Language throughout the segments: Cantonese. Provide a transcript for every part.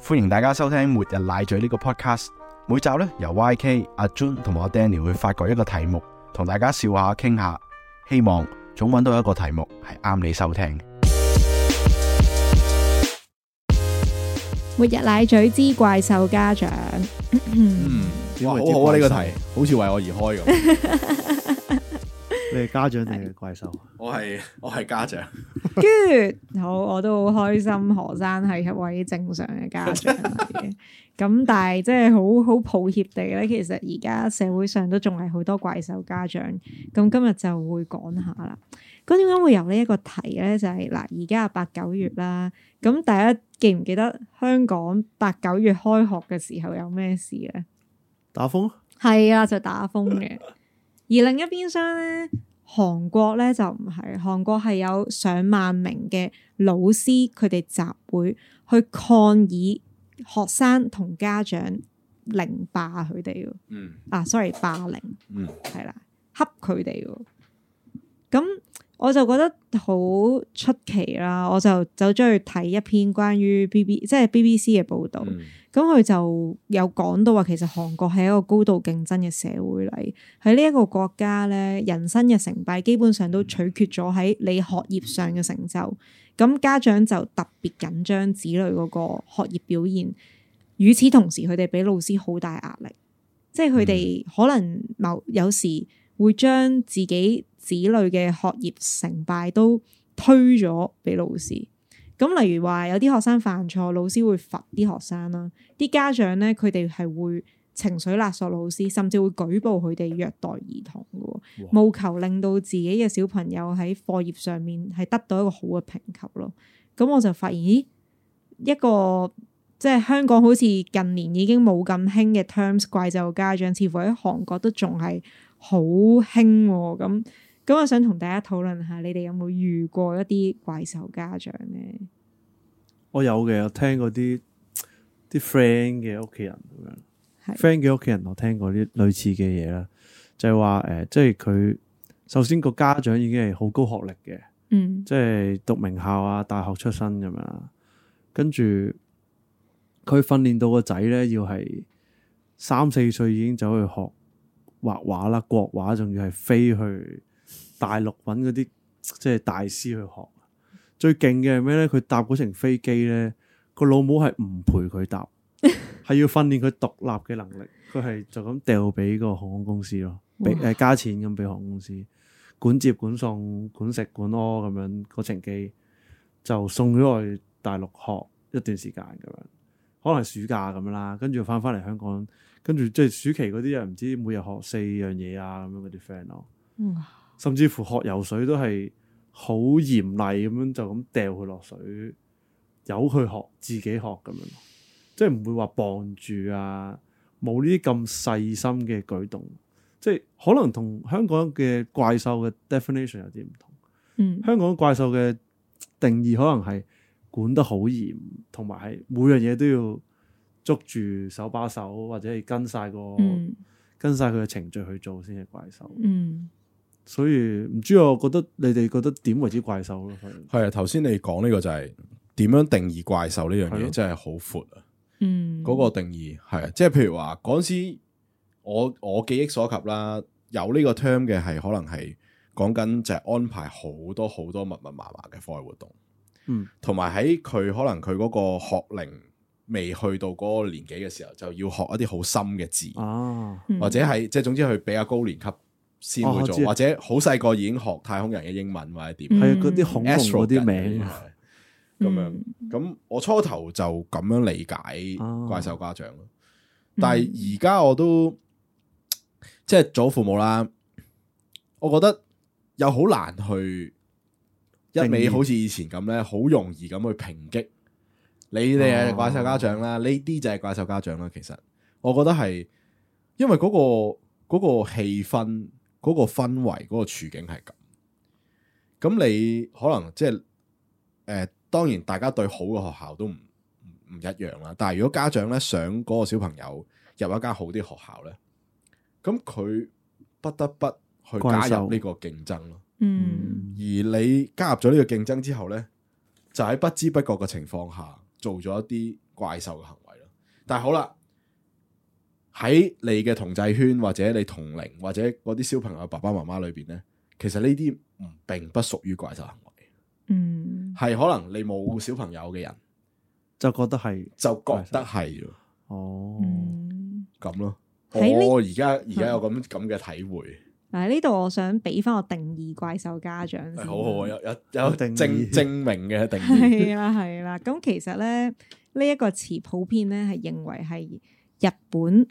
歡迎大家收聽《末日奶嘴》呢個 podcast。每集呢，由 YK、阿 Jun 同埋阿 Danny 會發掘一個題目，同大家笑下、傾下，希望總揾到一個題目係啱你收聽。末日奶嘴之怪獸家長，嗯，點哇，為之好好啊！怪呢個題獸好似為我而開咁。你係家長定係怪獸？啊我係我係家長，跟好，我都好開心。何生係一位正常嘅家長嚟 嘅，咁但係即係好好抱歉地咧，其實而家社會上都仲係好多怪獸家長。咁今日就會講下啦。咁點解會由呢一個題咧？就係、嗱，而家係八九月啦。咁大家記唔記得香港八九月開學嘅時候有咩事咧？打風？係啊，就打風嘅。而另一邊廂咧，韓國咧就唔係，韓國係有上萬名嘅老師佢哋集會去抗議學生同家長凌霸佢哋喎。嗯啊，sorry，霸凌，嗯，係啦，恰佢哋喎。咁我就覺得好出奇啦，我就走咗去睇一篇關於 B B 即係 B B C 嘅報導。嗯咁佢就有講到話，其實韓國係一個高度競爭嘅社會嚟，喺呢一個國家咧，人生嘅成敗基本上都取決咗喺你學業上嘅成就。咁家長就特別緊張子女嗰個學業表現。與此同時，佢哋俾老師好大壓力，即係佢哋可能某有時會將自己子女嘅學業成敗都推咗俾老師。咁例如話，有啲學生犯錯，老師會罰啲學生啦。啲家長咧，佢哋係會情緒勒索老師，甚至會舉報佢哋虐待兒童嘅喎，務求令到自己嘅小朋友喺課業上面係得到一個好嘅評級咯。咁我就發現，咦，一個即係香港好似近年已經冇咁興嘅 terms 怪獸家長，似乎喺韓國都仲係好興喎。咁咁，我想同大家討論下，你哋有冇遇過一啲怪獸家長咧？我有嘅，我聽過啲啲 friend 嘅屋企人咁樣。係 friend 嘅屋企人，我聽過啲類似嘅嘢啦，就係話誒，即係佢首先個家長已經係好高學歷嘅，嗯即係讀名校啊、大學出身咁樣啦。跟住佢訓練到個仔咧，要係三四歲已經走去學畫畫啦、國畫，仲要係飛去大陸揾嗰啲即係大師去學。最勁嘅係咩咧？佢搭嗰程飛機咧，個老母係唔陪佢搭，係要訓練佢獨立嘅能力。佢係就咁掉俾個航空公司咯，俾哇誒加錢咁俾航空公司。管接管送管食管屙咁樣嗰程機，就送咗我去大陸學一段時間咁樣，可能係暑假咁樣啦，跟住翻翻嚟香港，跟住即係暑期嗰啲又唔知每日學四樣嘢啊咁樣嗰啲 friend 咯，哇甚至乎學游水都係好嚴厲咁樣就咁掉佢落水，由佢學自己學咁樣，即係唔會話傍住啊，冇呢啲咁細心嘅舉動。即係可能同香港嘅怪獸嘅 definition 有啲唔同。嗯香港怪獸嘅定義可能係管得好嚴，同埋係每樣嘢都要捉住手把手，或者係跟晒個、嗯跟晒佢嘅程序去做先係怪獸。嗯所以唔知我覺得你哋覺得點為之怪獸咯？係係啊。頭先你講呢個就係點樣定義怪獸呢樣係嘢，咯真係好闊啊！嗯嗰個定義係啊，即係譬如話嗰陣時，我我記憶所及啦，有呢個 term 嘅係可能係講緊就係安排好多好多密密麻麻嘅課外活動，嗯，同埋喺佢可能佢嗰個學齡未去到嗰個年紀嘅時候，就要學一啲好深嘅字。啊，嗯或者係即係總之佢比較高年級先會哦我做，知或者好細個已經學太空人嘅英文或者點嗯係啊嗰啲恐龍嗰 Astro 啲人名啊嘅咁樣。咁我初頭就咁樣理解哦怪獸家長咯，但係而家我都即係做父母啦，我覺得又好難去一味定義好似以前咁咧，好容易咁去抨擊你哦哋係怪獸家長啦，呢啲就係怪獸家長啦。其實我覺得係因為嗰、個嗰、個氣氛、嗰、個氛圍、嗰、個處境係咁。咁你可能即係誒、呃，當然大家對好嘅學校都唔唔唔一樣啦。但係如果家長咧想嗰個小朋友入一間好啲學校咧，咁佢不得不去怪加獸入呢個競爭咯。嗯而你加入咗呢個競爭之後呢，就喺不知不覺嘅情況下做咗一啲怪獸嘅行為咯。但係好啦，喺你嘅同濟圈或者你同齡或者嗰啲小朋友爸爸媽媽裏邊咧，其實呢啲唔並不屬於怪獸行為，嗯，係可能你冇小朋友嘅人就覺得係就覺得係咯哦，嗯咁咯。喺呢我而家而家有咁咁嘅體會，嗱呢度我想俾翻個定義怪獸家長先係啦。好好啊有有有有定義證證明嘅定義。係啦係啦，咁其實咧呢一個詞普遍咧係認為係日本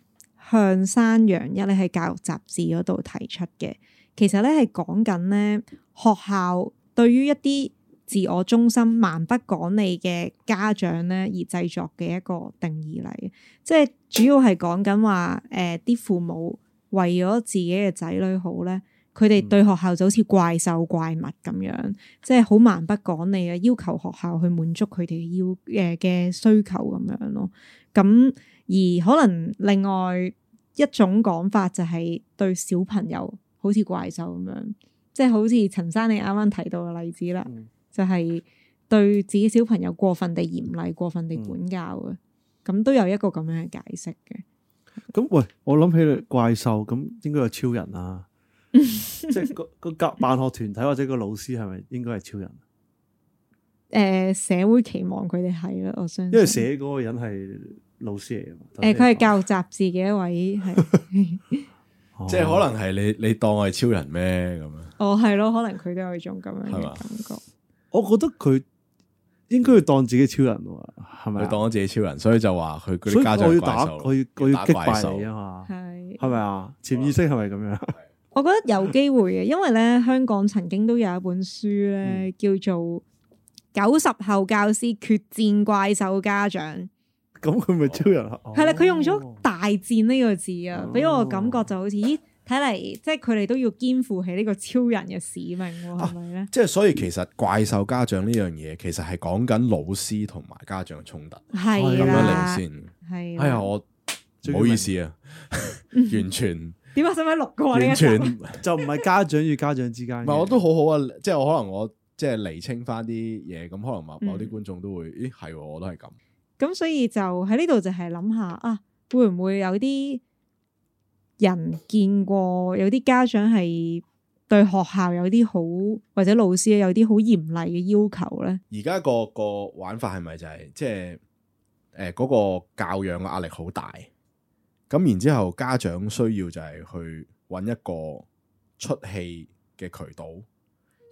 向山洋一咧喺教育雜誌嗰度提出嘅。其實咧係講緊咧學校對於一啲自我中心、蠻不講理嘅家長咧而製作嘅一個定義嚟嘅，即係主要係講緊話誒啲父母為咗自己嘅仔女好咧，佢哋對學校就好似怪獸怪物咁樣。即係好蠻不講理啊，要求學校去滿足佢哋嘅要誒嘅需求咁樣咯。咁而可能另外一種講法就係對小朋友好似怪獸咁樣，即係好似陳生你啱啱提到嘅例子啦，嗯就係對自己小朋友過分地嚴厲、過分嗯地管教嘅，咁、都有一個咁樣嘅解釋嘅。咁喂，我諗起怪獸，咁應該有超人 啊，即係個個教辦學團體或者個老師係咪應該係超人？啊誒、呃社會期望佢哋係啦，我相信。因為寫嗰個人係老師嚟啊嘛。嗯誒佢係教育雜誌嘅一位係。哦，即係可能係你你當我係超人咩咁樣？哦，係咯，可能佢都有一種咁樣嘅係嘛感覺。我覺得佢應該要當自己超人喎，係咪佢啊？當咗自己超人，所以就話佢嗰所啲以家長我係要怪打，獸我要我要擊打怪獸敗你啊嘛，係，係咪啊？潛意識係咪咁樣？我覺得有機會嘅，因為咧香港曾經都有一本書嗯咧，叫做《九十後教師決戰怪獸家長》。咁佢咪超人啊？係啦，佢用哦咗大戰呢個字啊，俾我感覺就好似，咦，睇嚟即係佢哋都要肩負起呢個超人嘅使命喎，係咪咧？即係所以其實怪獸家長呢樣嘢，其實係講緊老師同埋家長衝突哦咁係樣嚟啦，先。係。哎呀，，我唔好意思啊， 完全點啊，使唔使錄過呢一完集？全，唔 就唔係家長與家長之間嘅。係我都好好啊。即係我可能我即係釐清翻啲嘢，咁可能某嗯某啲觀眾都會，咦係喎，我都係咁。咁所以就喺呢度就係諗下啊，會唔會有啲人見過有啲家長係對學校有啲好或者老師有啲好嚴厲嘅要求咧？而家個個玩法係咪就係即係誒嗰個教養嘅壓力好大？咁然之後家長需要就係去揾一個出氣嘅渠道，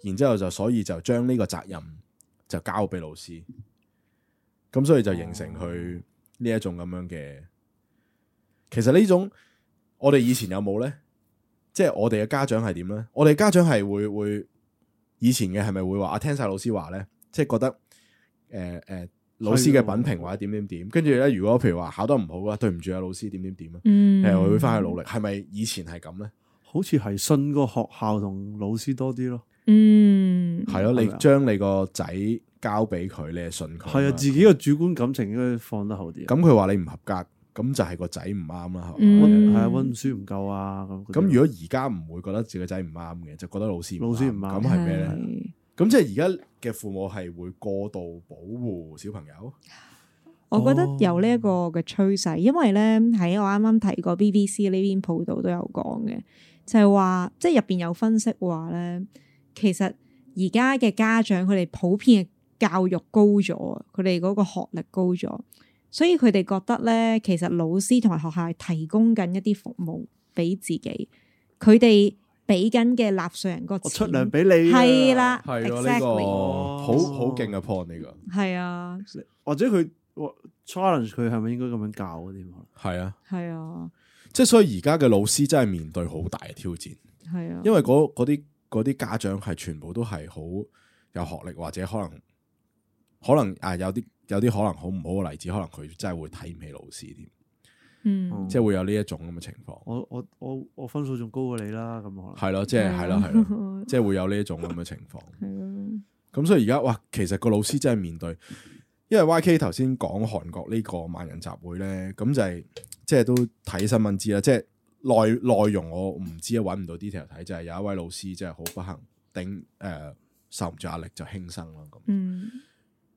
然之後就所以就將呢個責任就交俾老師，咁所以就形成佢呢一種咁樣嘅。其實呢種我哋以前有冇呢？即係我哋嘅家長係點呢？我哋家長係會會以前嘅係咪會話啊？聽晒老師話呢，即係覺得誒誒、呃呃老師嘅品評或者點點點，跟住呢，如果譬如話考得唔好啊，對唔住啊老師點點點啊，嗯誒我會翻去努力。係咪以前係咁呢？好似係信個學校同老師多啲咯。嗯，係咯，你係啊將你個仔交俾佢，你係信佢。係啊，自己嘅主觀感情應該放得好啲。啊咁佢話你唔合格，咁就係個仔唔啱啦，係嘛？嗯係啊，温書唔夠啊咁嗰啲。咁如果而家唔會覺得自己個仔唔啱嘅，就覺得老師老師唔啱咁係咩咧？係咁即係而家嘅父母係會過度保護小朋友，我覺哦得有呢一個嘅趨勢，因為咧喺我啱啱提過 BBC 呢篇報道都有講嘅，就係話即係入邊有分析話咧，其實而家嘅家長佢哋普遍嘅教育高咗啊，佢哋嗰個學歷高咗，所以佢哋覺得咧，其實老師同埋學校係提供緊一啲服務俾自己，佢哋俾緊嘅納稅人個哦我出錢糧俾你啊係，啦係咯呢個，exactly 哦好好勁嘅 point 呢個係啊，或者佢哇 challenge 佢係咪應該咁樣教嗰啲？係啊，係啊，即係所以而家嘅老師真係面對好大嘅挑戰，係啊，因為嗰嗰啲嗰啲家長係全部都係好有學歷或者可能可能啊有啲有啲可能好唔好嘅例子，可能佢真係會睇唔起老師添，嗯，即係會有呢一種咁嘅情況。哦我我我我分數仲高過你啦，咁可能。係咯，即係係咯係咯，即係會有呢一種咁嘅情況。嗯 係啊。咁所以而家哇，其實個老師真係面對，因為 YK 頭先講韓國呢個萬人集會咧，咁就係即係都睇新聞知啦，即係內內容我唔知啊，揾唔到 detail 睇，就係、有一位老師真係好不幸頂誒、呃受唔住壓力就輕生啦咁。嗯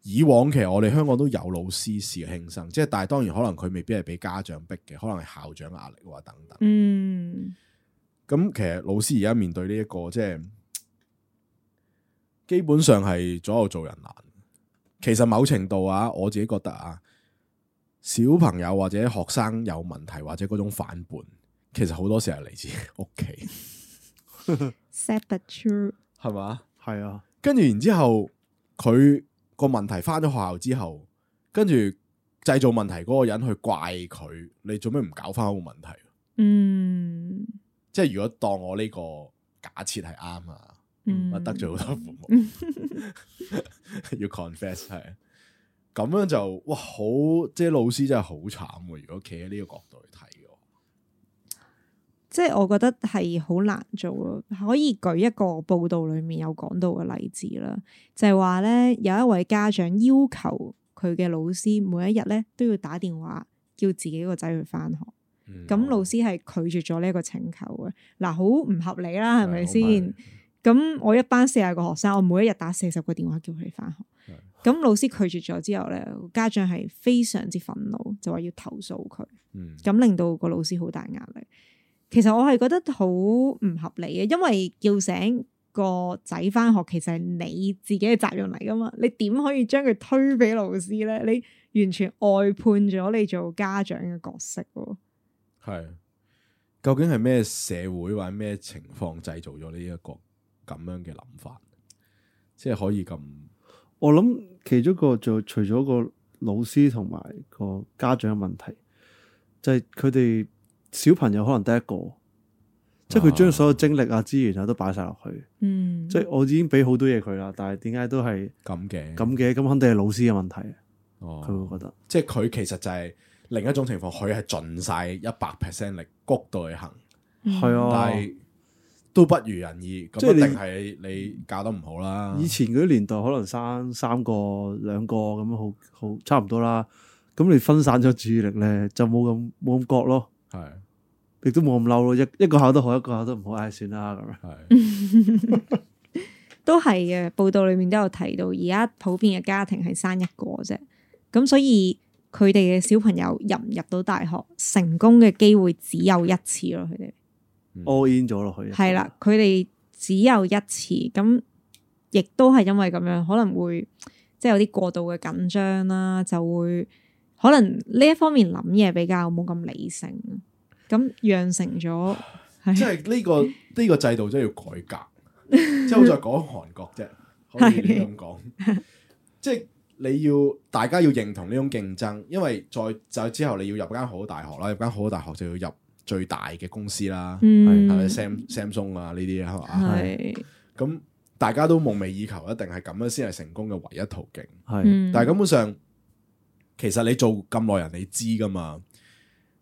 以往其實我哋香港都有老師事慶生，即係但係當然可能佢未必係俾家長逼嘅，可能係校長壓力或等等。嗯，咁其實老師而家面對呢、一個即係基本上係左右做人難。其實某程度啊，我自己覺得啊，小朋友或者學生有問題或者嗰種反叛，其實好多時係嚟自 屋企， sad but true，係嘛？系啊，跟住然之後，佢個問題翻咗學校之後，跟住製造問題嗰個人去怪佢，你做咩唔搞翻好個問題？嗯即係如果當我呢個假設係啱啊。嗯，啊得罪好多父 母嗯，要 confess 系咁樣就哇好，即係老師真係好慘喎！如果企喺呢個角度去睇嘅話，即係我覺得係好難做咯。可以舉一個報道裡面有講到嘅例子啦，就係話咧有一位家長要求佢嘅老師每一日咧都要打電話叫自己個仔去翻學，嗯哦咁老師係拒絕咗呢一個請求嘅。嗱，好唔合理啦，係咪先？？咁我一班四十個學生，我每一日打四十個電話叫佢哋翻學。咁老師拒絕咗之後咧，家長係非常之憤怒，就話要投訴佢。嗯，咁令到個老師好大壓力。其實我係覺得好唔合理嘅，因為叫醒個仔翻學其實係你自己嘅責任嚟噶嘛，你點可以將佢推俾老師咧？你完全外判咗你做家長嘅角色喎。係究竟係咩社會或者咩情況製造咗呢一個咁樣嘅諗法？即係可以咁我諗其中一個就除咗個老師同埋個家長嘅問題，就係佢哋小朋友可能得一個，即係佢將所有精力啊、資源啊都擺晒落去。嗯，即係我已經俾好多嘢佢啦，但係點解都係咁嘅咁嘅？咁肯定係老師嘅問題，哦，佢會覺得即係佢其實就係另一種情況，佢係盡晒一百 percent 力谷到去行。係嗯啊但係都不如人意，咁即係一你定係你教得唔好啦。以前嗰啲年代可能生三個兩個咁樣好好差唔多啦。咁你分散咗注意力咧，就冇咁冇咁覺咯，係亦都冇咁嬲咯。一一個考得好，一個考得唔好，唉，算啦咁樣。係都係嘅。報道裏面都有提到，而家普遍嘅家庭係生一個啫，咁所以佢哋嘅小朋友入唔入到大學，成功嘅機會只有一次咯，佢哋。 all in 咗落去。係啦，，佢哋只有一次，咁亦都係因為咁樣，可能會即係有啲過度嘅緊張啦，就會可能呢一方面諗嘢比較冇咁理性，咁養成咗即係係呢 個呢個制度真係要改革，即係好似係講韓國啫，可以你咁講，即係你要大家要認同呢種競爭，因為再就之後你要入間好嘅大學啦，入間好嘅大學就要入最大嘅公司啦，係咪嗯 Sam Samsung 啊呢啲係嘛？係咁大家都夢寐以求，一定係咁樣先係成功嘅唯一途徑。係嗯但係根本上，其實你做咁耐人，你知噶嘛？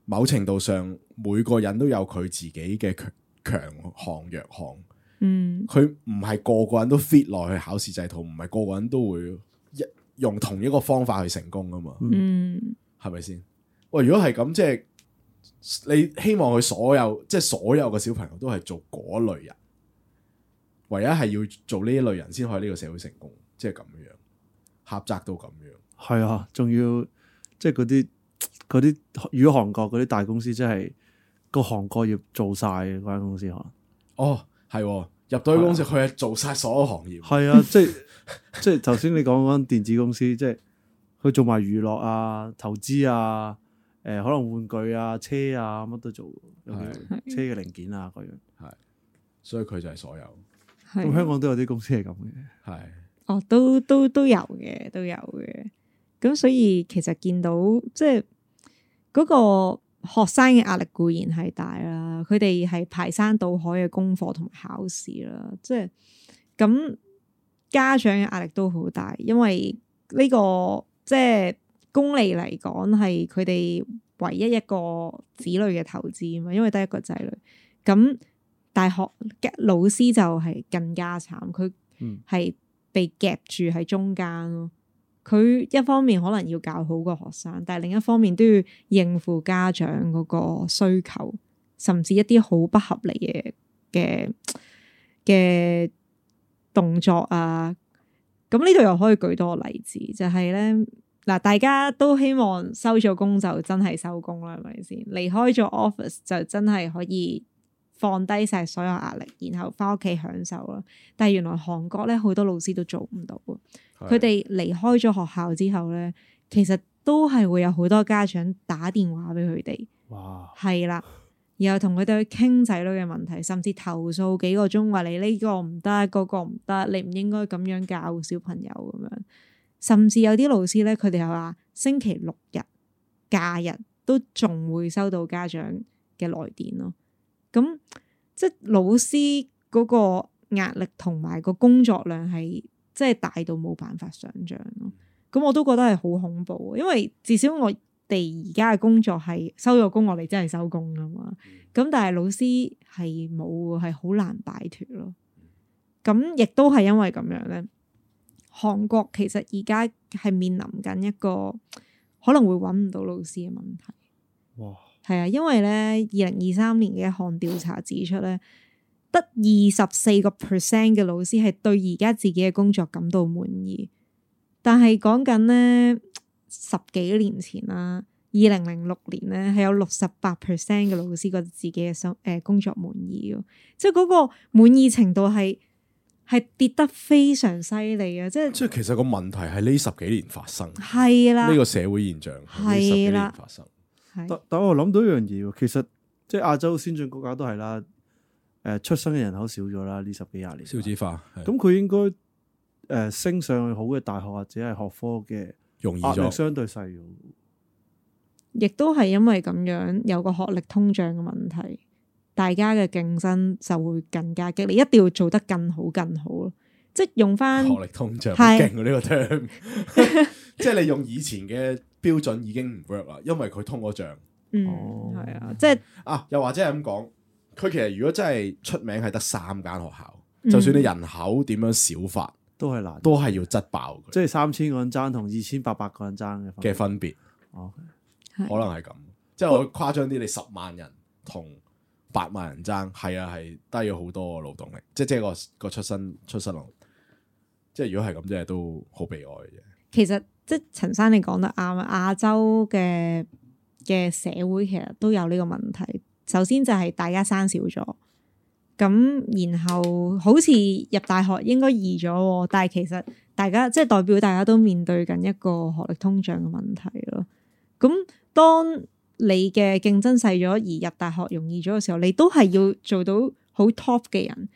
某程度上，每個人都有佢自己嘅強強項弱項，嗯佢唔係個個人都 fit 落去考試制度，唔係個個人都會一用同一個方法去成功噶嘛？嗯係咪先？喂，如果係咁，即係你希望佢所有即係所有嘅小朋友都係做嗰類人，唯一係要做呢一類人先可以喺呢個社會成功，即係咁樣狹窄到咁樣。係啊，仲要即係嗰啲嗰啲，如果韓國嗰啲大公司真係個韓國業做晒嘅嗰間公司可能哦，系入到去公司，佢係做晒所有行業，係啊，即係 即係頭先你講嗰間電子公司，即係佢做埋娛樂啊、投資啊、誒、可能玩具啊、車啊乜都做，有啲係車嘅零件啊嗰樣。所以佢就係所有，咁香係港都有啲公司係咁嘅，係哦，都都都有嘅，都有嘅。咁所以其實見到即係嗰個學生嘅壓力固然係大啦，佢哋係排山倒海嘅功課同埋考試啦，即係咁家長嘅壓力都好大，因為呢、個即係功利嚟講係佢哋唯一一個子女嘅投資啊嘛，因為得一個仔女。咁大學嘅老師就係更加慘，佢嗯係被夾住喺中間咯。佢一方面可能要教好個學生，但係另一方面都要應付家長嗰個需求，甚至一啲好不合理嘅嘅嘅動作啊，咁呢度又可以舉多個例子，就係咧嗱，大家都希望收咗工就真係收工啦，係咪先？離開咗 office 就真係可以放低晒所有壓力，然後翻屋企享受啦。但係原來韓國咧好多老師都做唔到喎，佢哋離開咗學校之後咧，其實都係會有好多家長打電話俾佢哋。哇，係啦，然後同佢哋去傾仔女嘅問題，甚至投訴幾個鐘話你呢個唔得，嗰個唔得，你唔應該咁樣教小朋友咁樣。甚至有啲老師咧，佢哋係話星期六日假日都仲會收到家長嘅來電咯。咁即係老師嗰個壓力同埋個工作量係即係大到冇辦法想像咯。咁我都覺得係好恐怖，因為至少我哋而家嘅工作係收咗工，我哋真係收工噶嘛。咁但係老師係冇，係好難擺脱咯。咁亦都係因為咁樣咧，韓國其實而家係面臨緊一個可能會揾唔到老師嘅問題。哇！係啊，因為咧，二零二三年嘅一項調查指出咧，得二十四個 percent 嘅老師係對而家自己嘅工作感到滿意，但係講緊咧十幾年前啦，二零零六年咧係有六十八 percent 嘅老師覺得自己嘅生誒工作滿意咯，即係嗰個滿意程度係係跌得非常犀利啊！即係即係其實個問題係呢十幾年發生，呢係啦，個社會現象係呢十幾係年啦發生，係但但我諗到一樣嘢喎，其實即係亞洲先進國家都係啦，誒、出生嘅人口少咗啦，呢十幾廿年。少子化咁咁佢應該誒、呃升上去好嘅大學或者係學科嘅容易壓力咗，相對細咗。亦都係因為咁樣有個學歷通脹嘅問題，大家嘅競爭就會更加激烈，一定要做得更好更好咯。即係用翻學歷通脹好係勁喎啊呢個 term，即 係你用以前嘅標準已經唔 work 啦，因為佢通咗脹嗯哦係啊，即係啊，又或者係咁講，佢其實如果真係出名係得三間學校，嗯就算你人口點樣少法，都係難，都係要質爆佢即係三千個人爭同二千八百個人爭嘅分別嘅分別，哦可能係咁，即係我誇張啲，你十萬人同。八萬人爭，係啊，係低咗好多個勞動力，即係即係個個出身出身率，即係如果係咁，即係都好悲哀嘅啫。其實即係陳生你講得啱啊，亞洲嘅嘅社會其實都有呢個問題。首先就係大家生少咗，咁然後好似入大學應該易咗喎，但係其實大家即係代表大家都面對緊一個學歷通脹嘅問題咯。咁當你嘅競爭細咗，而入大學容易咗嘅時候，你都係要做到好 top 嘅人。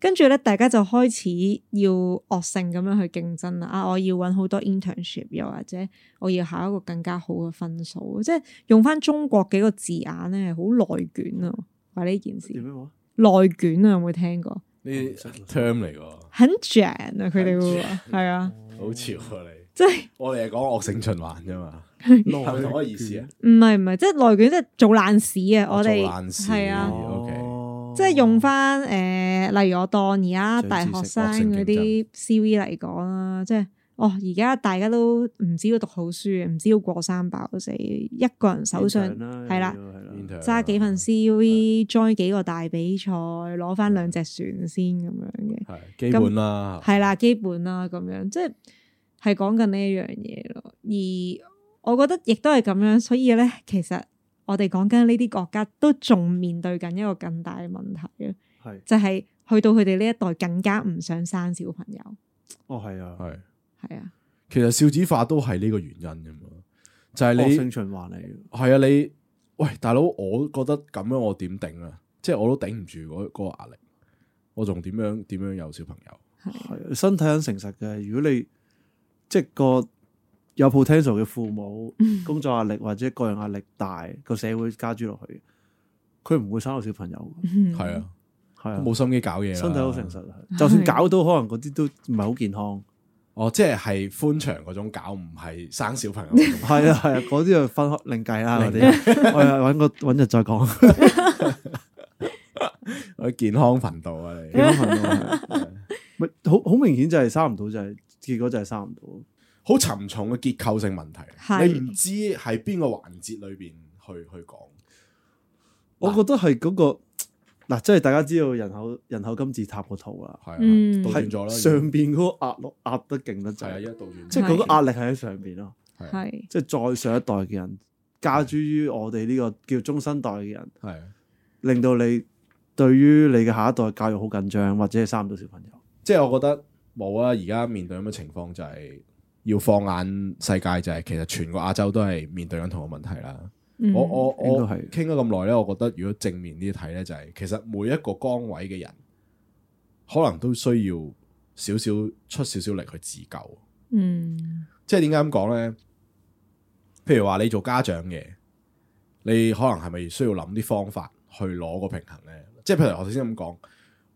跟住咧，大家就開始要惡性咁樣去競爭啦。啊，我要揾好多 internship，又或者我要考一個更加好嘅分數，即係用翻中國幾個字眼咧，係好內卷啊！話呢件事點樣話？內卷啊，有冇聽過？呢嗯啲 term 嚟喎，哦很正啊，佢哋會話係啊，好潮啊你！即係我哋係講惡性循環啫嘛，內係咪同一意思啊？唔係唔係，即係內卷即係做爛事啊！我做哋爛事係啊。哦即係用翻誒、呃例如我當而家大學生嗰啲 CV 嚟講啦，即係哦，而家大家都唔知要讀好書嘅，唔知要過三飽死，一個人手上現場係啦又要係啦揸幾份 CV，join 幾個大比賽，攞翻兩隻船先咁樣嘅，係基本啦，係啦，基本啦咁樣，即係係講緊呢一樣嘢咯。而我覺得亦都係咁樣，所以咧，其實我哋講緊呢啲國家都仲面對緊一個更大嘅問題咯。係就係去到佢哋呢一代更加唔想生小朋友，哦係啊，係係啊，其實少子化都係呢個原因啫嘛，就係惡你性循環嚟嘅。係啊你喂大佬，我覺得咁樣我點頂啊？即係我都頂唔住嗰嗰個壓力，我仲點樣點樣有小朋友？係身體很誠實嘅。如果你即係個有 potential 嘅父母，嗯工作壓力或者個人壓力大，個社會加諸落去，佢唔會生到小朋友嘅。嗯係啊，係啊，冇心機搞嘢嗯啦，身體好誠實啊。就算搞到，可能嗰啲都唔係好健康。哦，即係係寬長嗰種搞，唔係生小朋友嗰 係種啊係啊，嗰啲就分開另計啦。嗰啲我揾個揾日再講。 嗰啲健康頻道啊你健。康頻道係咪好好明顯就係生唔到，就係結果就係生唔到。好沉重嘅結構性問題，啊係你唔知喺邊個環節裏邊去去講。我覺得係嗰、個嗱，即係大家知道人口人口金字塔個圖啦，係啊，嗯倒轉咗啦，係上邊嗰個壓落壓得勁得係啊，滯一，倒轉，即係嗰個壓力係喺上邊咯。係啊係即係再上一代嘅人，加諸於我哋呢個叫中生代嘅人，係啊，令到你對於你嘅下一代教育好緊張，或者係生唔到小朋友。即係我覺得冇啊！而家面對咁嘅情況就係要放眼世界，就係其實全個亞洲都係面對緊同一個問題啦。嗯我我我應該係傾咗咁耐咧，我覺得如果正面啲睇咧，就係、其實每一個崗位嘅人，可能都需要少少出少少力去自救。嗯即係點解咁講咧？譬如話你做家長嘅，你可能係咪需要諗啲方法去攞個平衡咧？即係譬如我頭先咁講，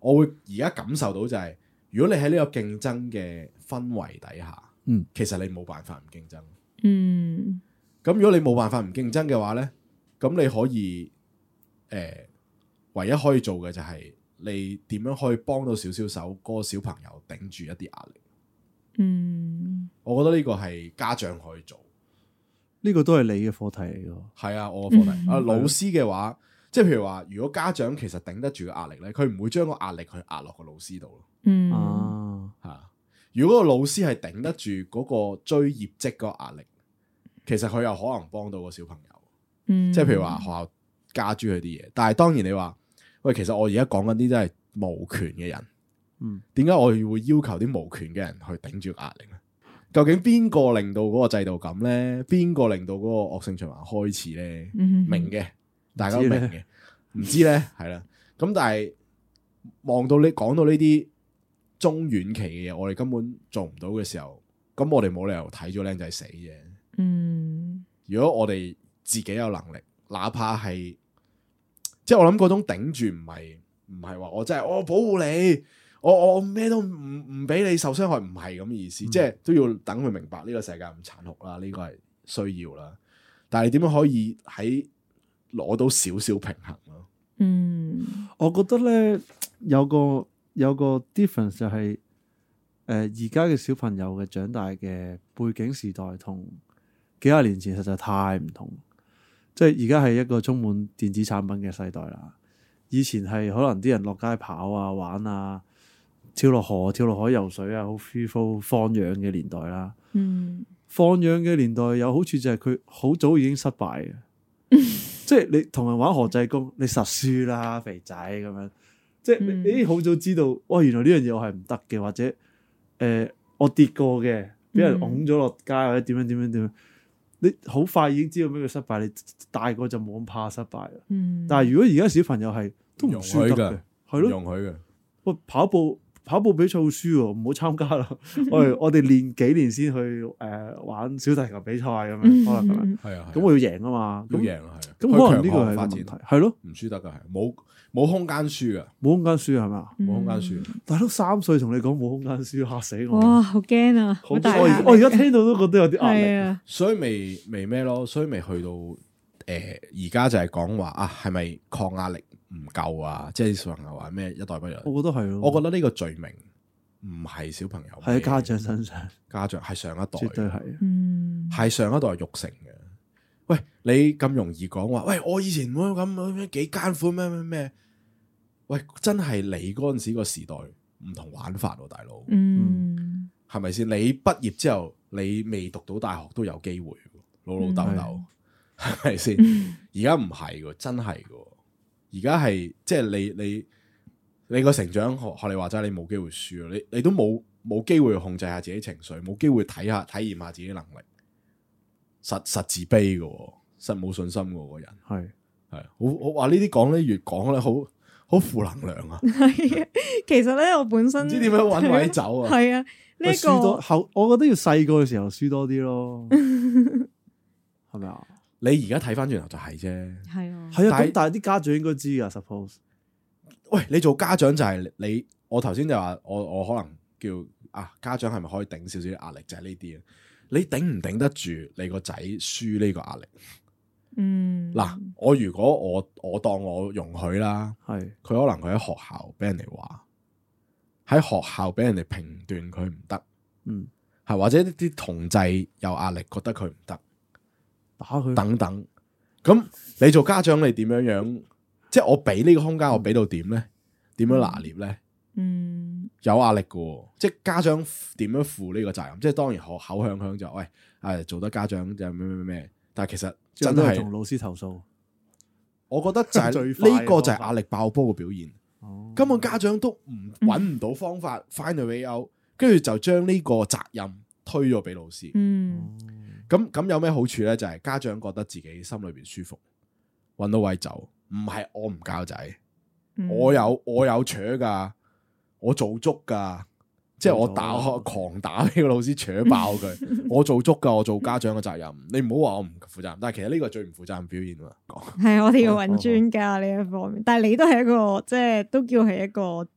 我會而家感受到就係、如果你喺呢個競爭嘅氛圍底下，嗯，其實你冇辦法唔競爭。嗯咁如果你冇辦法唔競爭嘅話呢，咁你可以誒、呃唯一可以做嘅就係你點樣可以幫到少少手，嗰、個小朋友頂住一啲壓力。嗯我覺得呢個係家長可以做。呢個都係你嘅課題嚟嘅。係啊，我個課題嗯啊，老師嘅話，即係譬如話，如果家長其實頂得住個壓力呢，佢唔會將個壓力去壓落個老師度咯。嗯啊，嚇、如果個老師係頂得住嗰個追業績嗰個壓力，其實佢又可能幫到個小朋友。嗯，即係譬如話學校加諸佢啲嘢，但係當然你話喂，其實我而家講緊啲真係無權嘅人，嗯，點解我會要求啲無權嘅人去頂住壓力咧？究竟邊個令到嗰個制度咁咧？邊個令到嗰個惡性循環開始咧？嗯明嘅，大家都知明呢嘅，唔知咧係啦。咁但係望到你講到呢啲中遠期嘅嘢，我哋根本做唔到嘅時候，咁我哋冇理由睇咗僆仔死嘅。嗯如果我哋自己有能力，哪怕係即係我諗嗰種頂住唔係唔係話我真係我保護你，我我咩都唔唔俾你受傷害，唔係咁嘅意思，嗯即係都要等佢明白呢個世界咁殘酷啦，呢、個係需要啦。但係點樣可以喺攞到少少平衡咯？嗯我覺得咧有個有個 difference 就係誒呃而家嘅小朋友嘅長大嘅背景時代同幾廿年前實在太唔同，即係而家係一個充滿電子產品嘅世代啦。以前係可能啲人落街跑啊、玩啊、跳落河、跳落海游水啊，好 free flow 放養嘅年代啦。嗯放養嘅年代有好處就係佢好早已經失 敗嘅，即係你同人玩何濟公，你實輸啦，肥仔咁樣，即係你嗯你已經好早知道，哇，原來呢樣嘢我係唔得嘅，或者誒、呃我跌過嘅，俾人嗯拱咗落街或者點樣點樣點樣，你好快已經知道咩叫失敗，你大個就冇咁怕失敗啦。嗯，但係如果而家小朋友係都唔容許輸㗎得嘅，係咯。容許嘅，喂，跑步跑步比賽好輸喎，唔好參 加啦。我哋我哋練幾年先去誒、呃玩小提琴比賽咁樣，嗯可能咁樣。係啊咁我要贏啊嘛，要咁贏啊，係啊咁可能呢個係個去強項發問展題，係咯，唔輸得㗎，係啊冇冇空間輸㗎，冇空間輸係嘛？嗯冇空間輸。大佬三歲同你講冇空間輸，嚇死我！哇，好驚啊！好好大我壓而力我而家聽到都覺得有啲壓係力。啊，所以未未咩咯，所以未去到诶，而、家就係講話啊，係咪抗壓力唔夠啊？即係小朋友話咩一代不如一代，我覺得係咯，我覺得呢個罪名唔係小朋友孭，係喺啊家長身上，家長係上一代，絕對係。嗯，係上一代育成嘅。喂，你咁容易講話，喂，我以前咁咁咩幾艱苦咩咩咩，喂，真係你嗰阵时個時代唔同玩法喎、大佬，嗯，係咪先？你畢業之後，你未讀到大學都有機會喎，老老豆豆嗯，係咪先？而家唔係噶，真係噶。而家係即係你你你個成長學學你話齋，你冇機會輸啊！你你都冇冇機會控制下自己情緒，冇機會睇下體驗下自己能力，實實自卑噶，實冇信心噶個人係係好我話呢啲講咧，越講咧好好負能量啊！係啊。 其實咧，我本身唔知點樣揾位走 啊！係啊，呢喂一輸多個後，我覺得要細個嘅時候輸多 啲咯，係咪啊？你而家睇翻轉頭就係啫。係啊，係啊，但係咁但係啲家長應該知㗎，suppose 喂，你做家長就係你，我頭先就話我我可能叫啊，家長係咪可以頂少少壓力就係呢啲啊？你頂唔頂得住你個仔輸呢個壓力？嗯，嗱、我如果我我當我容許啦，係。佢可能佢喺學校俾人哋話，喺學校俾人哋評斷佢唔得，嗯，係或者啲同濟有壓力覺得佢唔得打佢，等等。咁你做家長你點樣樣即係我俾呢個空間，我俾到點咧？點樣拿捏咧？嗯，有壓力嘅喎，即係家長點樣負呢個責任？即係當然學口響響就喂，誒做得家長就咩咩咩咩，但係其實真真係係同老師投訴。我覺得 就最係快嘅呢個就係方法壓力爆煲嘅表現。哦根本家長都唔揾唔到方法 find a way out，跟住就將呢個責任推咗俾老師。嗯，咁咁有咩好處呢？就係、家長覺得自己心裏邊舒服，揾到位走。唔係我唔教仔，嗯我有我有扯噶，我做足噶，即係我打 做足狂打俾個老師扯爆 佢。我做足噶，我做家長嘅責任。你唔好話我唔負責任，但係其實呢個係最唔負責任表現啊嘛。講系我哋要揾專家呢一方面，但係你都係一個即係都叫係一個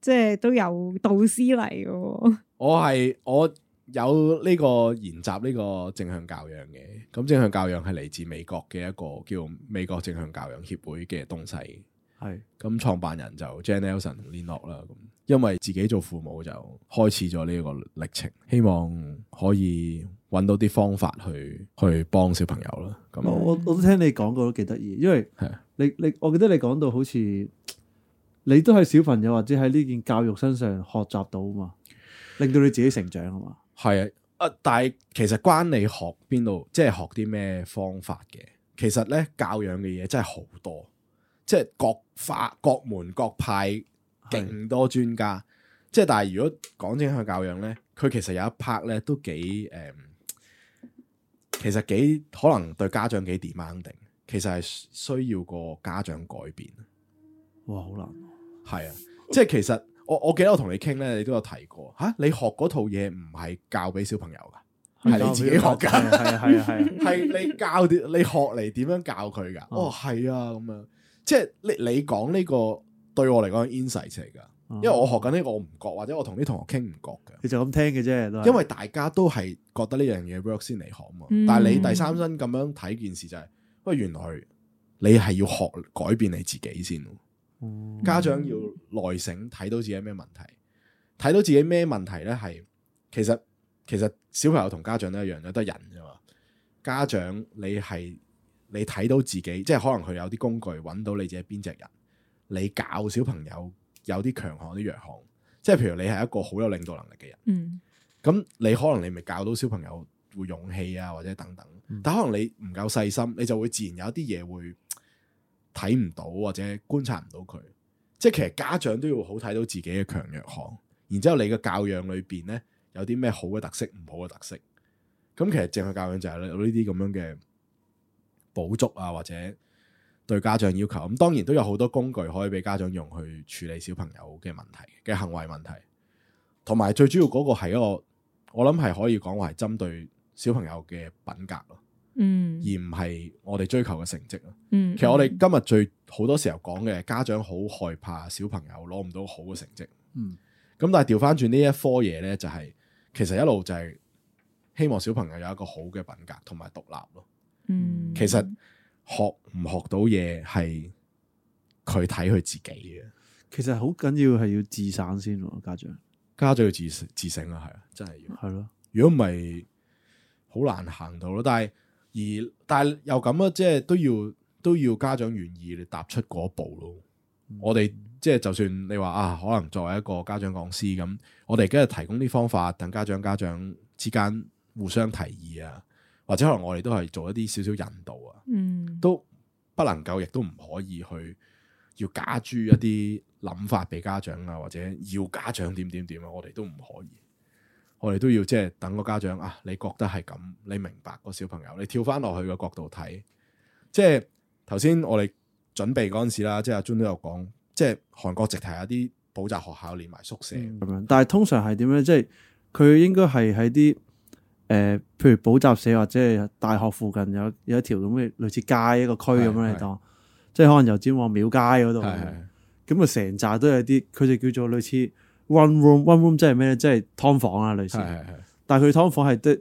即係都有導師嚟嘅喎，我係我有呢個研習呢個正向教養嘅，咁正向教養係嚟自美國嘅一個叫美國正向教養協會嘅東西。係咁創辦人就 Jan Nelson 同 Lin Lok 啦，咁因為自己做父母就開始咗呢個歷程，希望可以揾到啲方法去去幫小朋友啦。咁我我我都聽你講過都幾得意，因為嗯係啊你你我記得你講到好似你都係小朋友或者喺呢件教育身上學習到啊嘛，令到你自己成長啊嘛。係啊，啊但係其實關你學邊度，即係學啲咩方法嘅。其實咧教養嘅嘢真係好多，即係各法各門各派係勁多專家。即係但係如果講正向教養咧，佢其實有一 part 咧都幾誒、嗯其實幾可能對家長幾 demanding，其實係需要個家長改變。哇，好難。係啊，即係其實我我記得我同你傾咧，你都有提過吓、你學嗰套嘢唔係教俾小朋友㗎。係你自己學㗎係啊係啊 係啊， 系你教啲你學嚟點樣教佢噶？哦，係啊，咁樣即係你你講呢個對我嚟講 insight 嚟噶，因因為我學緊呢個我唔覺，或者我同啲同學傾唔覺嘅，哦你就咁聽嘅啫，都係因為大家都係覺得呢樣嘢 work 先嚟學嘛。嗯但係你第三身咁樣睇件事就係、喂，原來你係要學改變你自己先喎，嗯家長要耐性睇到自己咩問題，睇到自己咩問題呢？係其實其實小朋友同家長都一樣嘅，都係人啫嘛。家長你係你睇到自己，即係可能佢有啲工具揾到你自己邊只人，你教小朋友有啲強項啲弱項，即係譬如你係一個好有領導能力嘅人，嗯咁你可能你咪教到小朋友會勇氣啊，或者等等嗯，但可能你唔夠細心，你就會自然有一啲嘢會睇唔到或者觀察唔到佢。即係其實家長都要好睇到自己嘅強弱項，然之後你嘅教養裏邊咧有啲咩好嘅特色，唔好嘅特色。咁其實正向教養就係有呢啲咁樣嘅補足啊，或者對家長要求。咁當然都有好多工具可以俾家長用去處理小朋友嘅問題嘅行為問題，同埋最主要嗰個係一個我諗係可以講話係針對小朋友嘅品格咯，嗯而唔係我哋追求嘅成績咯。嗯，其實我哋今日最好多時候講嘅家長好害怕小朋友攞唔到好嘅成績，咁嗯但係調翻轉呢一科嘢呢，就係、其實一路就係希望小朋友有一個好嘅品格同埋獨立咯。嗯其實學唔學到嘢係佢睇佢自己嘅，其實好緊要係要自省先喎，家長家長要自自省啦，係啊，真係要。係咯，如果唔係，好難行到咯。但係而但係又咁啊，即係都要都要家長願意你踏出嗰一步咯。我哋即係就算你話啊，可能作為一個家長講師咁，我哋梗係提供啲方法，等家長家長之間互相提議啊，或者可能我哋都係做一啲少少引導啊，嗯都不能夠，亦都唔可以去要加諸一啲諗法俾家長啊，或者要家長點點點啊，我哋都唔可以。我哋都要即係等個家長啊，你覺得係咁，你明白個小朋友，你跳翻落去個角度睇，即係頭先我哋準備嗰陣時啦，即係阿 Jun 都有講，即係韓國直頭有啲補習學校連埋宿舍，咁樣。但係通常係點咧？即係佢應該係喺啲誒，譬如補習社或者係大學附近有有一條咁嘅類似街一個區咁係樣係你當，即係可能油尖旺廟街嗰度。係係咁啊，成扎都有啲，佢就叫做類似 one room one room，即係咩咧？即係劏房啊，類似。係係但係佢劏房係得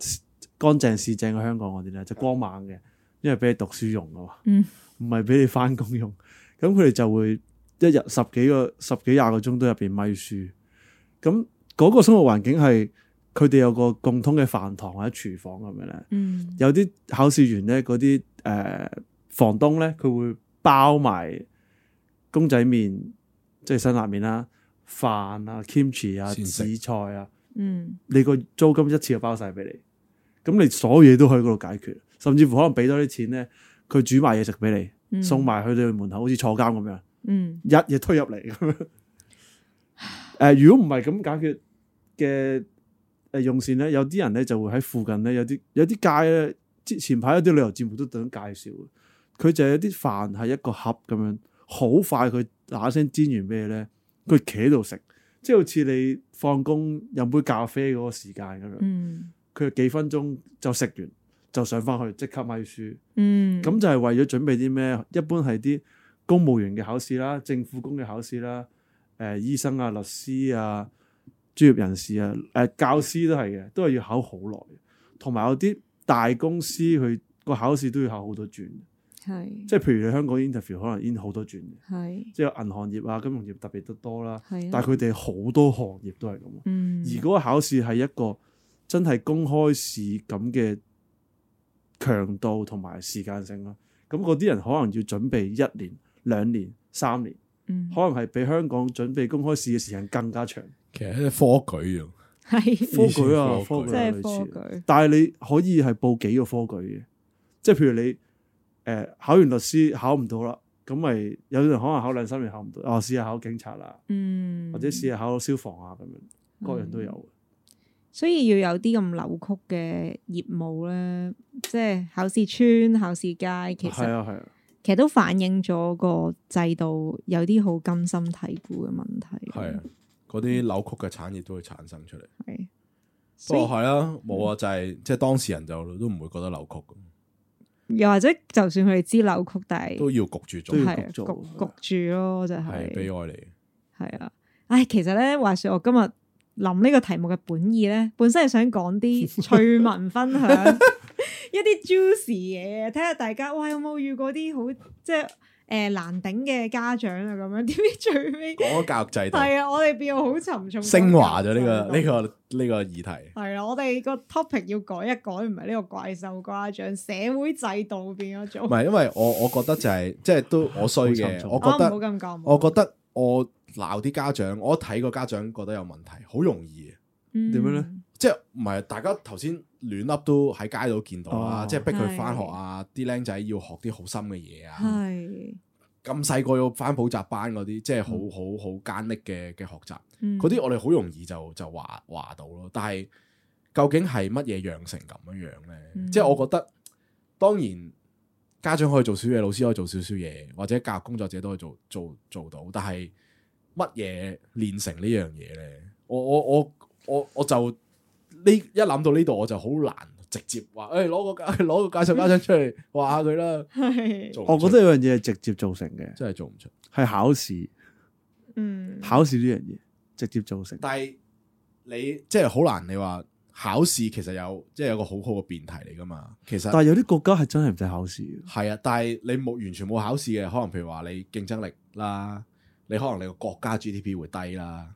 乾淨市正嘅香港嗰啲咧，就光猛嘅，因為俾你讀書用噶嘛，嗯唔係俾你翻工用。 咁佢哋就會一日十幾個、十幾廿個鐘都入邊咪書。咁嗰個生活環境係佢哋有個共通嘅飯堂或者廚房咁樣咧。嗯呃有啲考試完咧，嗰啲誒房東咧，佢會包埋公仔麵，即係辛辣麵啦、飯啊、kimchi 啊、先食紫菜啊，嗯，你個租金一次就包晒俾你，咁你所有嘢都可以嗰度解決，甚至乎可能俾多啲錢咧，佢煮埋嘢食俾你，嗯送埋去你門口，好似坐監咁樣。嗯，一嘢推入嚟咁 樣。誒、如果唔係咁解決嘅誒用線咧，有啲人咧就會喺附近咧有啲有啲街咧，之前排有啲旅遊節目都等介紹嘅，佢就有啲飯係一個盒咁樣，好快佢嗱嗱聲煎完俾你咧，佢企喺度食，即係好似你放工飲杯咖啡嗰個時間咁樣，嗯，佢、幾分鐘就食完就上翻去即刻咪書。嗯，咁就係為咗準備啲咩？一般係啲公務員嘅考試啦、政府工嘅考試啦、誒、醫生啊、律師啊、專業人士啊、誒、教師都係嘅，都係要考好耐。同埋有啲大公司佢個考試都要考好多轉，係即係譬如你香港 interview 可能已經好多轉嘅，係即係銀行業啊、金融業特別得多啦。係啊，但係佢哋好多行業都係咁。嗯而嗰個考試係一個真係公開試咁嘅強度同埋時間性咯。咁嗰啲人可能要準備一年、兩年、三年，嗯可能係比香港準備公開試嘅時間更加長。其實係科舉啊啫，係科即舉啊，科科舉啊舉係類似科舉，但係你可以係報幾個科舉嘅，即係譬如你誒、呃考完律師考唔到啦，咁咪有啲人可能考兩三年考唔到，哦試下考警察啦，嗯，或者試下考消防啊咁樣，各樣都有嘅。所以要有啲咁扭曲嘅業務咧，即係考試村、考試街，其係實啊係啊。其實都反映咗個制度有啲好根深蒂固嘅問題。係啊，嗰啲扭曲嘅產業都會產生出嚟。係，不所過以係啊，冇啊，就係即係當事人就都唔會覺得扭曲嘅，又或者就算佢哋知扭曲，但係都要焗住做，都要係啊焗做焗焗住咯，就係悲係哀嚟嘅。係啊。唉，其實咧，話說我今日諗呢個題目嘅本意咧，本身係想講 啲趣聞分享， 一啲 juicy 嘢，睇下大家哇有冇遇過啲好即係誒難頂嘅家長啊咁樣，點 知最尾講咗教育制度，係啊，我哋變到好沉重，升華咗呢講教育個呢個呢個議題。係啦，我哋個 topic 要改一改，唔係呢個怪獸家長社會制度變咗唔做。係因為我我覺得就係即係都我衰好沉嘅，重我啊覺唔好得咁講，我覺得我鬧啲家長，我一睇個家長覺得有問題，好容易嘅。點點樣咧？即係唔係大家頭先亂笠都喺街度見到啊！哦即係逼佢翻學啊，啲僆仔要學啲好深嘅嘢啊，係咁細個要翻補習班嗰啲，即係好好好艱澀嘅嘅學習。嗯嗰啲我哋好容易就就話話到咯。但係究竟係乜嘢養成咁樣樣咧？嗯即係我覺得，當然家長可以做少少嘢，老師可以做少少嘢，或者教育工作者都可以做做做到。但係乜嘢練成呢樣嘢咧？我我我我我就呢一諗到呢度，我就好難直接話，誒攞個 攞個介紹家長出嚟話下佢啦。係做唔我出覺得有樣嘢係直接造成嘅，真係做唔出。係考試，嗯考試呢樣嘢直接造成。但係你即係好難，你話考試其實有即係有個好好嘅辯題嚟噶嘛。其實但係有啲國家係真係唔使考試嘅，係啊，但係你冇完全冇考試嘅，可能譬如話你競爭力啦，你可能你個國家 GDP 會低啦，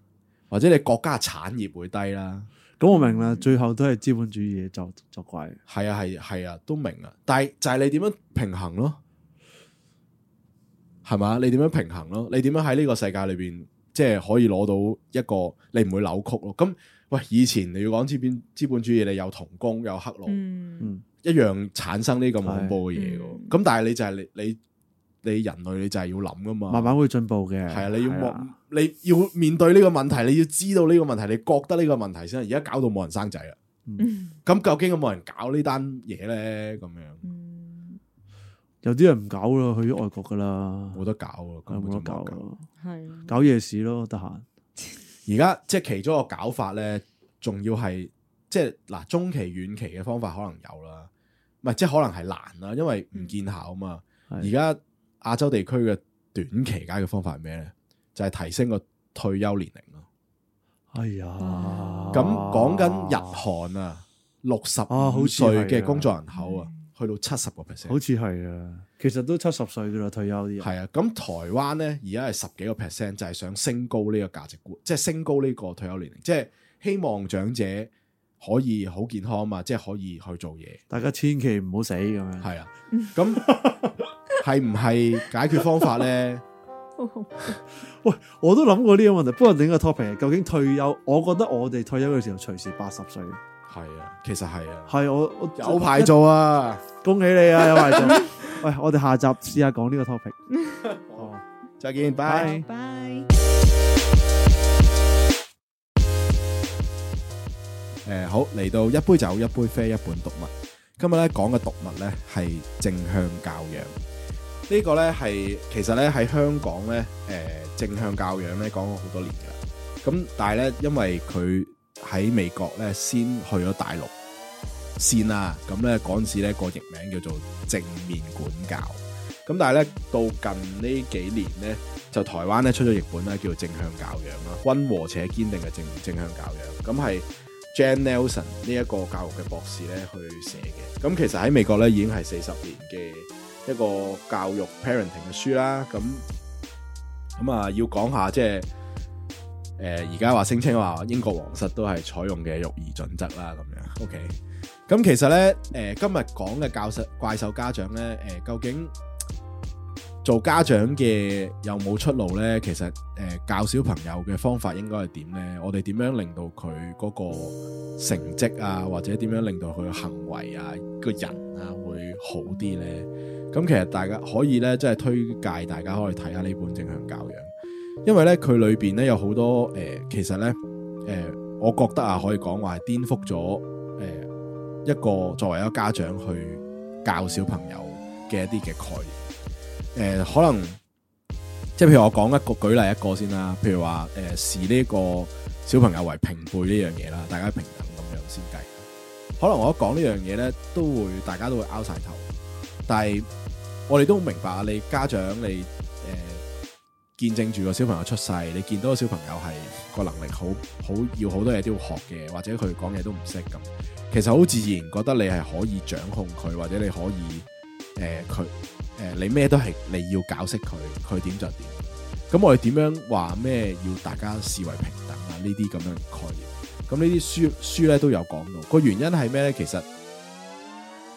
或者你國家產業會低啦。咁我明啦，嗯最後都係資本主義嘢作作怪。係啊，係啊係啊，都明啊。但係就係你點樣平衡咯，係嘛？你點樣平衡咯？你點樣喺呢個世界裏邊，即係可以攞到一個你唔會扭曲咯？咁喂，以前你要講資本資本主義，你有童工有黑奴，嗯嗯，一樣產生呢咁恐怖嘅嘢嗯喎。咁但係你就係你你你人類你就係要諗噶嘛，慢慢會進步嘅。啊係啊，你要望啊，你要面對呢個問題，你要知道呢個問題，你覺得呢個問題先。而家搞到冇人生仔啦，啊嗯咁究竟有冇人搞呢單嘢咧？咁樣嗯有啲人唔搞啦，去咗外國噶啦，冇得搞係喎，根冇本得就冇得搞搞。啦，係啊搞夜市咯，得閒。而家即係其中一個搞法咧，仲要係即係嗱中期、遠期嘅方法可能有啦，唔係即係可能係難啦，因為唔見效啊嘛。係而家亞洲地區嘅短期解決方法係咩咧？就係提升個退休年齡咯。哎呀，咁講緊日韓啊，六十啊五好似歲係啊嘅工作人口啊，去到七十個 percent 好。似係啊，其實都七十歲噶啦，退休啲人。係啊，咁台灣呢，而家係十幾個 percent，就係想升高呢個價值觀，即係升高呢個退休年齡，即係希望長者可以好健康嘛，即係可以去做嘢。大家千祈唔好嗯死咁樣。係啊，咁係唔係解決方法呢？喂，我都諗過呢個問題，不過另一個 topic 係究竟退休，我覺得我哋退休嘅時候隨時八十歲，系啊，其實係啊，係我我有排做啊，恭喜你啊，有排 做。喂，我哋下集試下講呢個 topic。好啊再見，拜。拜拜。诶、好嚟到一杯酒一杯啡一本讀物。今日咧講嘅讀物咧係正向教養。呢、個咧係其實咧喺香港咧，诶、正向教養咧講咗好多年噶啦。咁但係咧，因為佢喺美國咧先去咗大陸先啦，咁咧嗰阵时咧個譯名叫做正面管教。咁但係咧到近呢幾年咧，就台灣咧出咗譯本咧叫做正向教養啦，温和且堅定嘅正正向教養。咁係 Jan Nelson 呢一個教育嘅博士咧去寫嘅。咁其實喺美國咧已經係四十年嘅一個教育 parenting 嘅書啦。咁咁啊，要講下即係誒而家話聲稱話英國皇室都係採用嘅育兒準則啦，咁樣 OK。咁其實咧，誒、今日講嘅教授怪獸家長咧，誒、究竟做家長嘅有冇出路咧？其實誒、呃教小朋友嘅方法應該係點咧？我哋點樣令到佢嗰個成績啊，或者點樣令到佢嘅行為啊、個人啊會好啲咧？咁其實大家可以咧，即係推介大家可以睇下呢本正向教養，因為咧佢裏邊咧有好多誒、呃其實咧誒、我覺得啊可以講話係顛覆咗誒、呃一個作為一個家長去教小朋友嘅一啲嘅概念。誒、可能即係譬如我講一個舉例一個先啦，譬如話誒、視呢個小朋友為平輩呢樣嘢啦，大家平等咁樣先計。可能我一講呢樣嘢咧，都會大家都會拗晒頭，但係我哋都明白啊，你家長你誒、見證住個小朋友出世，你見到個小朋友係個能力好好要好多嘢都要學嘅，或者佢講嘢都唔識咁，其實好自然覺得你係可以掌控佢，或者你可以誒佢。誒、呃你咩都係你要搞識佢，佢點就點。咁我哋點樣話咩要大家視為平等啊？呢啲咁樣嘅概念，咁呢啲書書咧都有講到個原因係咩咧？其實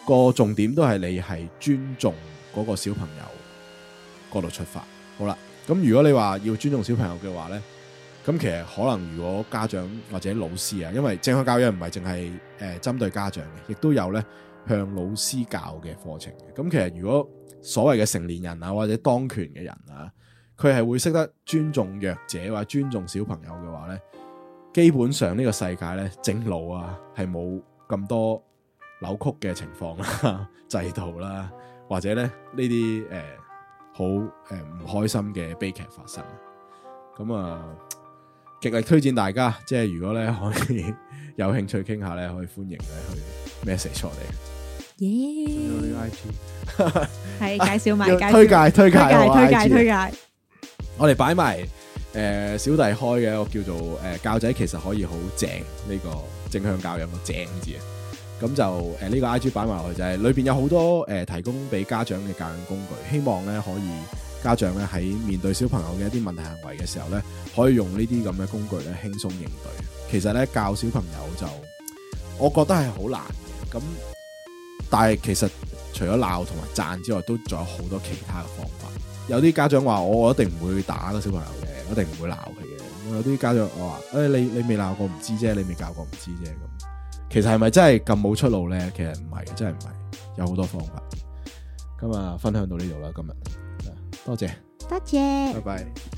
個重點都係你係尊重嗰個小朋友嗰度出發。好啦，咁如果你話要尊重小朋友嘅話咧，咁其實可能如果家長或者老師啊，因為正向教養唔係淨係誒針對家長嘅，亦都有咧向老師教嘅課程嘅。咁其實如果所謂嘅成年人啊，或者當權嘅人啊，佢係會識得尊重弱者或者尊重小朋友嘅話呢，基本上呢個世界呢，正路啊係冇咁多扭曲嘅情況啦、 制度啦，或者咧呢啲誒好誒唔開心嘅悲劇發生。咁啊，極力推薦大家，即係如果呢可以有興趣傾下呢，可以歡迎咧去 message 我哋。耶，去 I G 係介紹埋，要介紹推介推介推我介，推 IG 介，推介。我哋擺埋誒小弟開嘅一個叫做誒、呃教仔其實可以好正呢、個正向教養個正字啊。咁就誒呃呢、個 I G 擺埋落去就係裏邊有好多誒、呃提供俾家長嘅教養工具，希望咧可以呃家長咧喺面對小朋友嘅一啲問題行為嘅時候咧，可以用呢啲咁嘅工具咧輕鬆應對。其實咧教小朋友就我覺得係好難嘅，咁但係其實除咗鬧同埋讚之外，都仲有好多其他嘅方法。有啲家長話我我一定唔會打個小朋友嘅，我一定唔會鬧佢嘅。咁有啲家長我話誒、你你未鬧過唔知啫，你未教過唔知啫咁。其實係咪真係咁冇出路咧？其實唔係嘅，真係唔係，有好多方法。咁啊，分享到呢度啦，今日多謝，多謝。拜拜。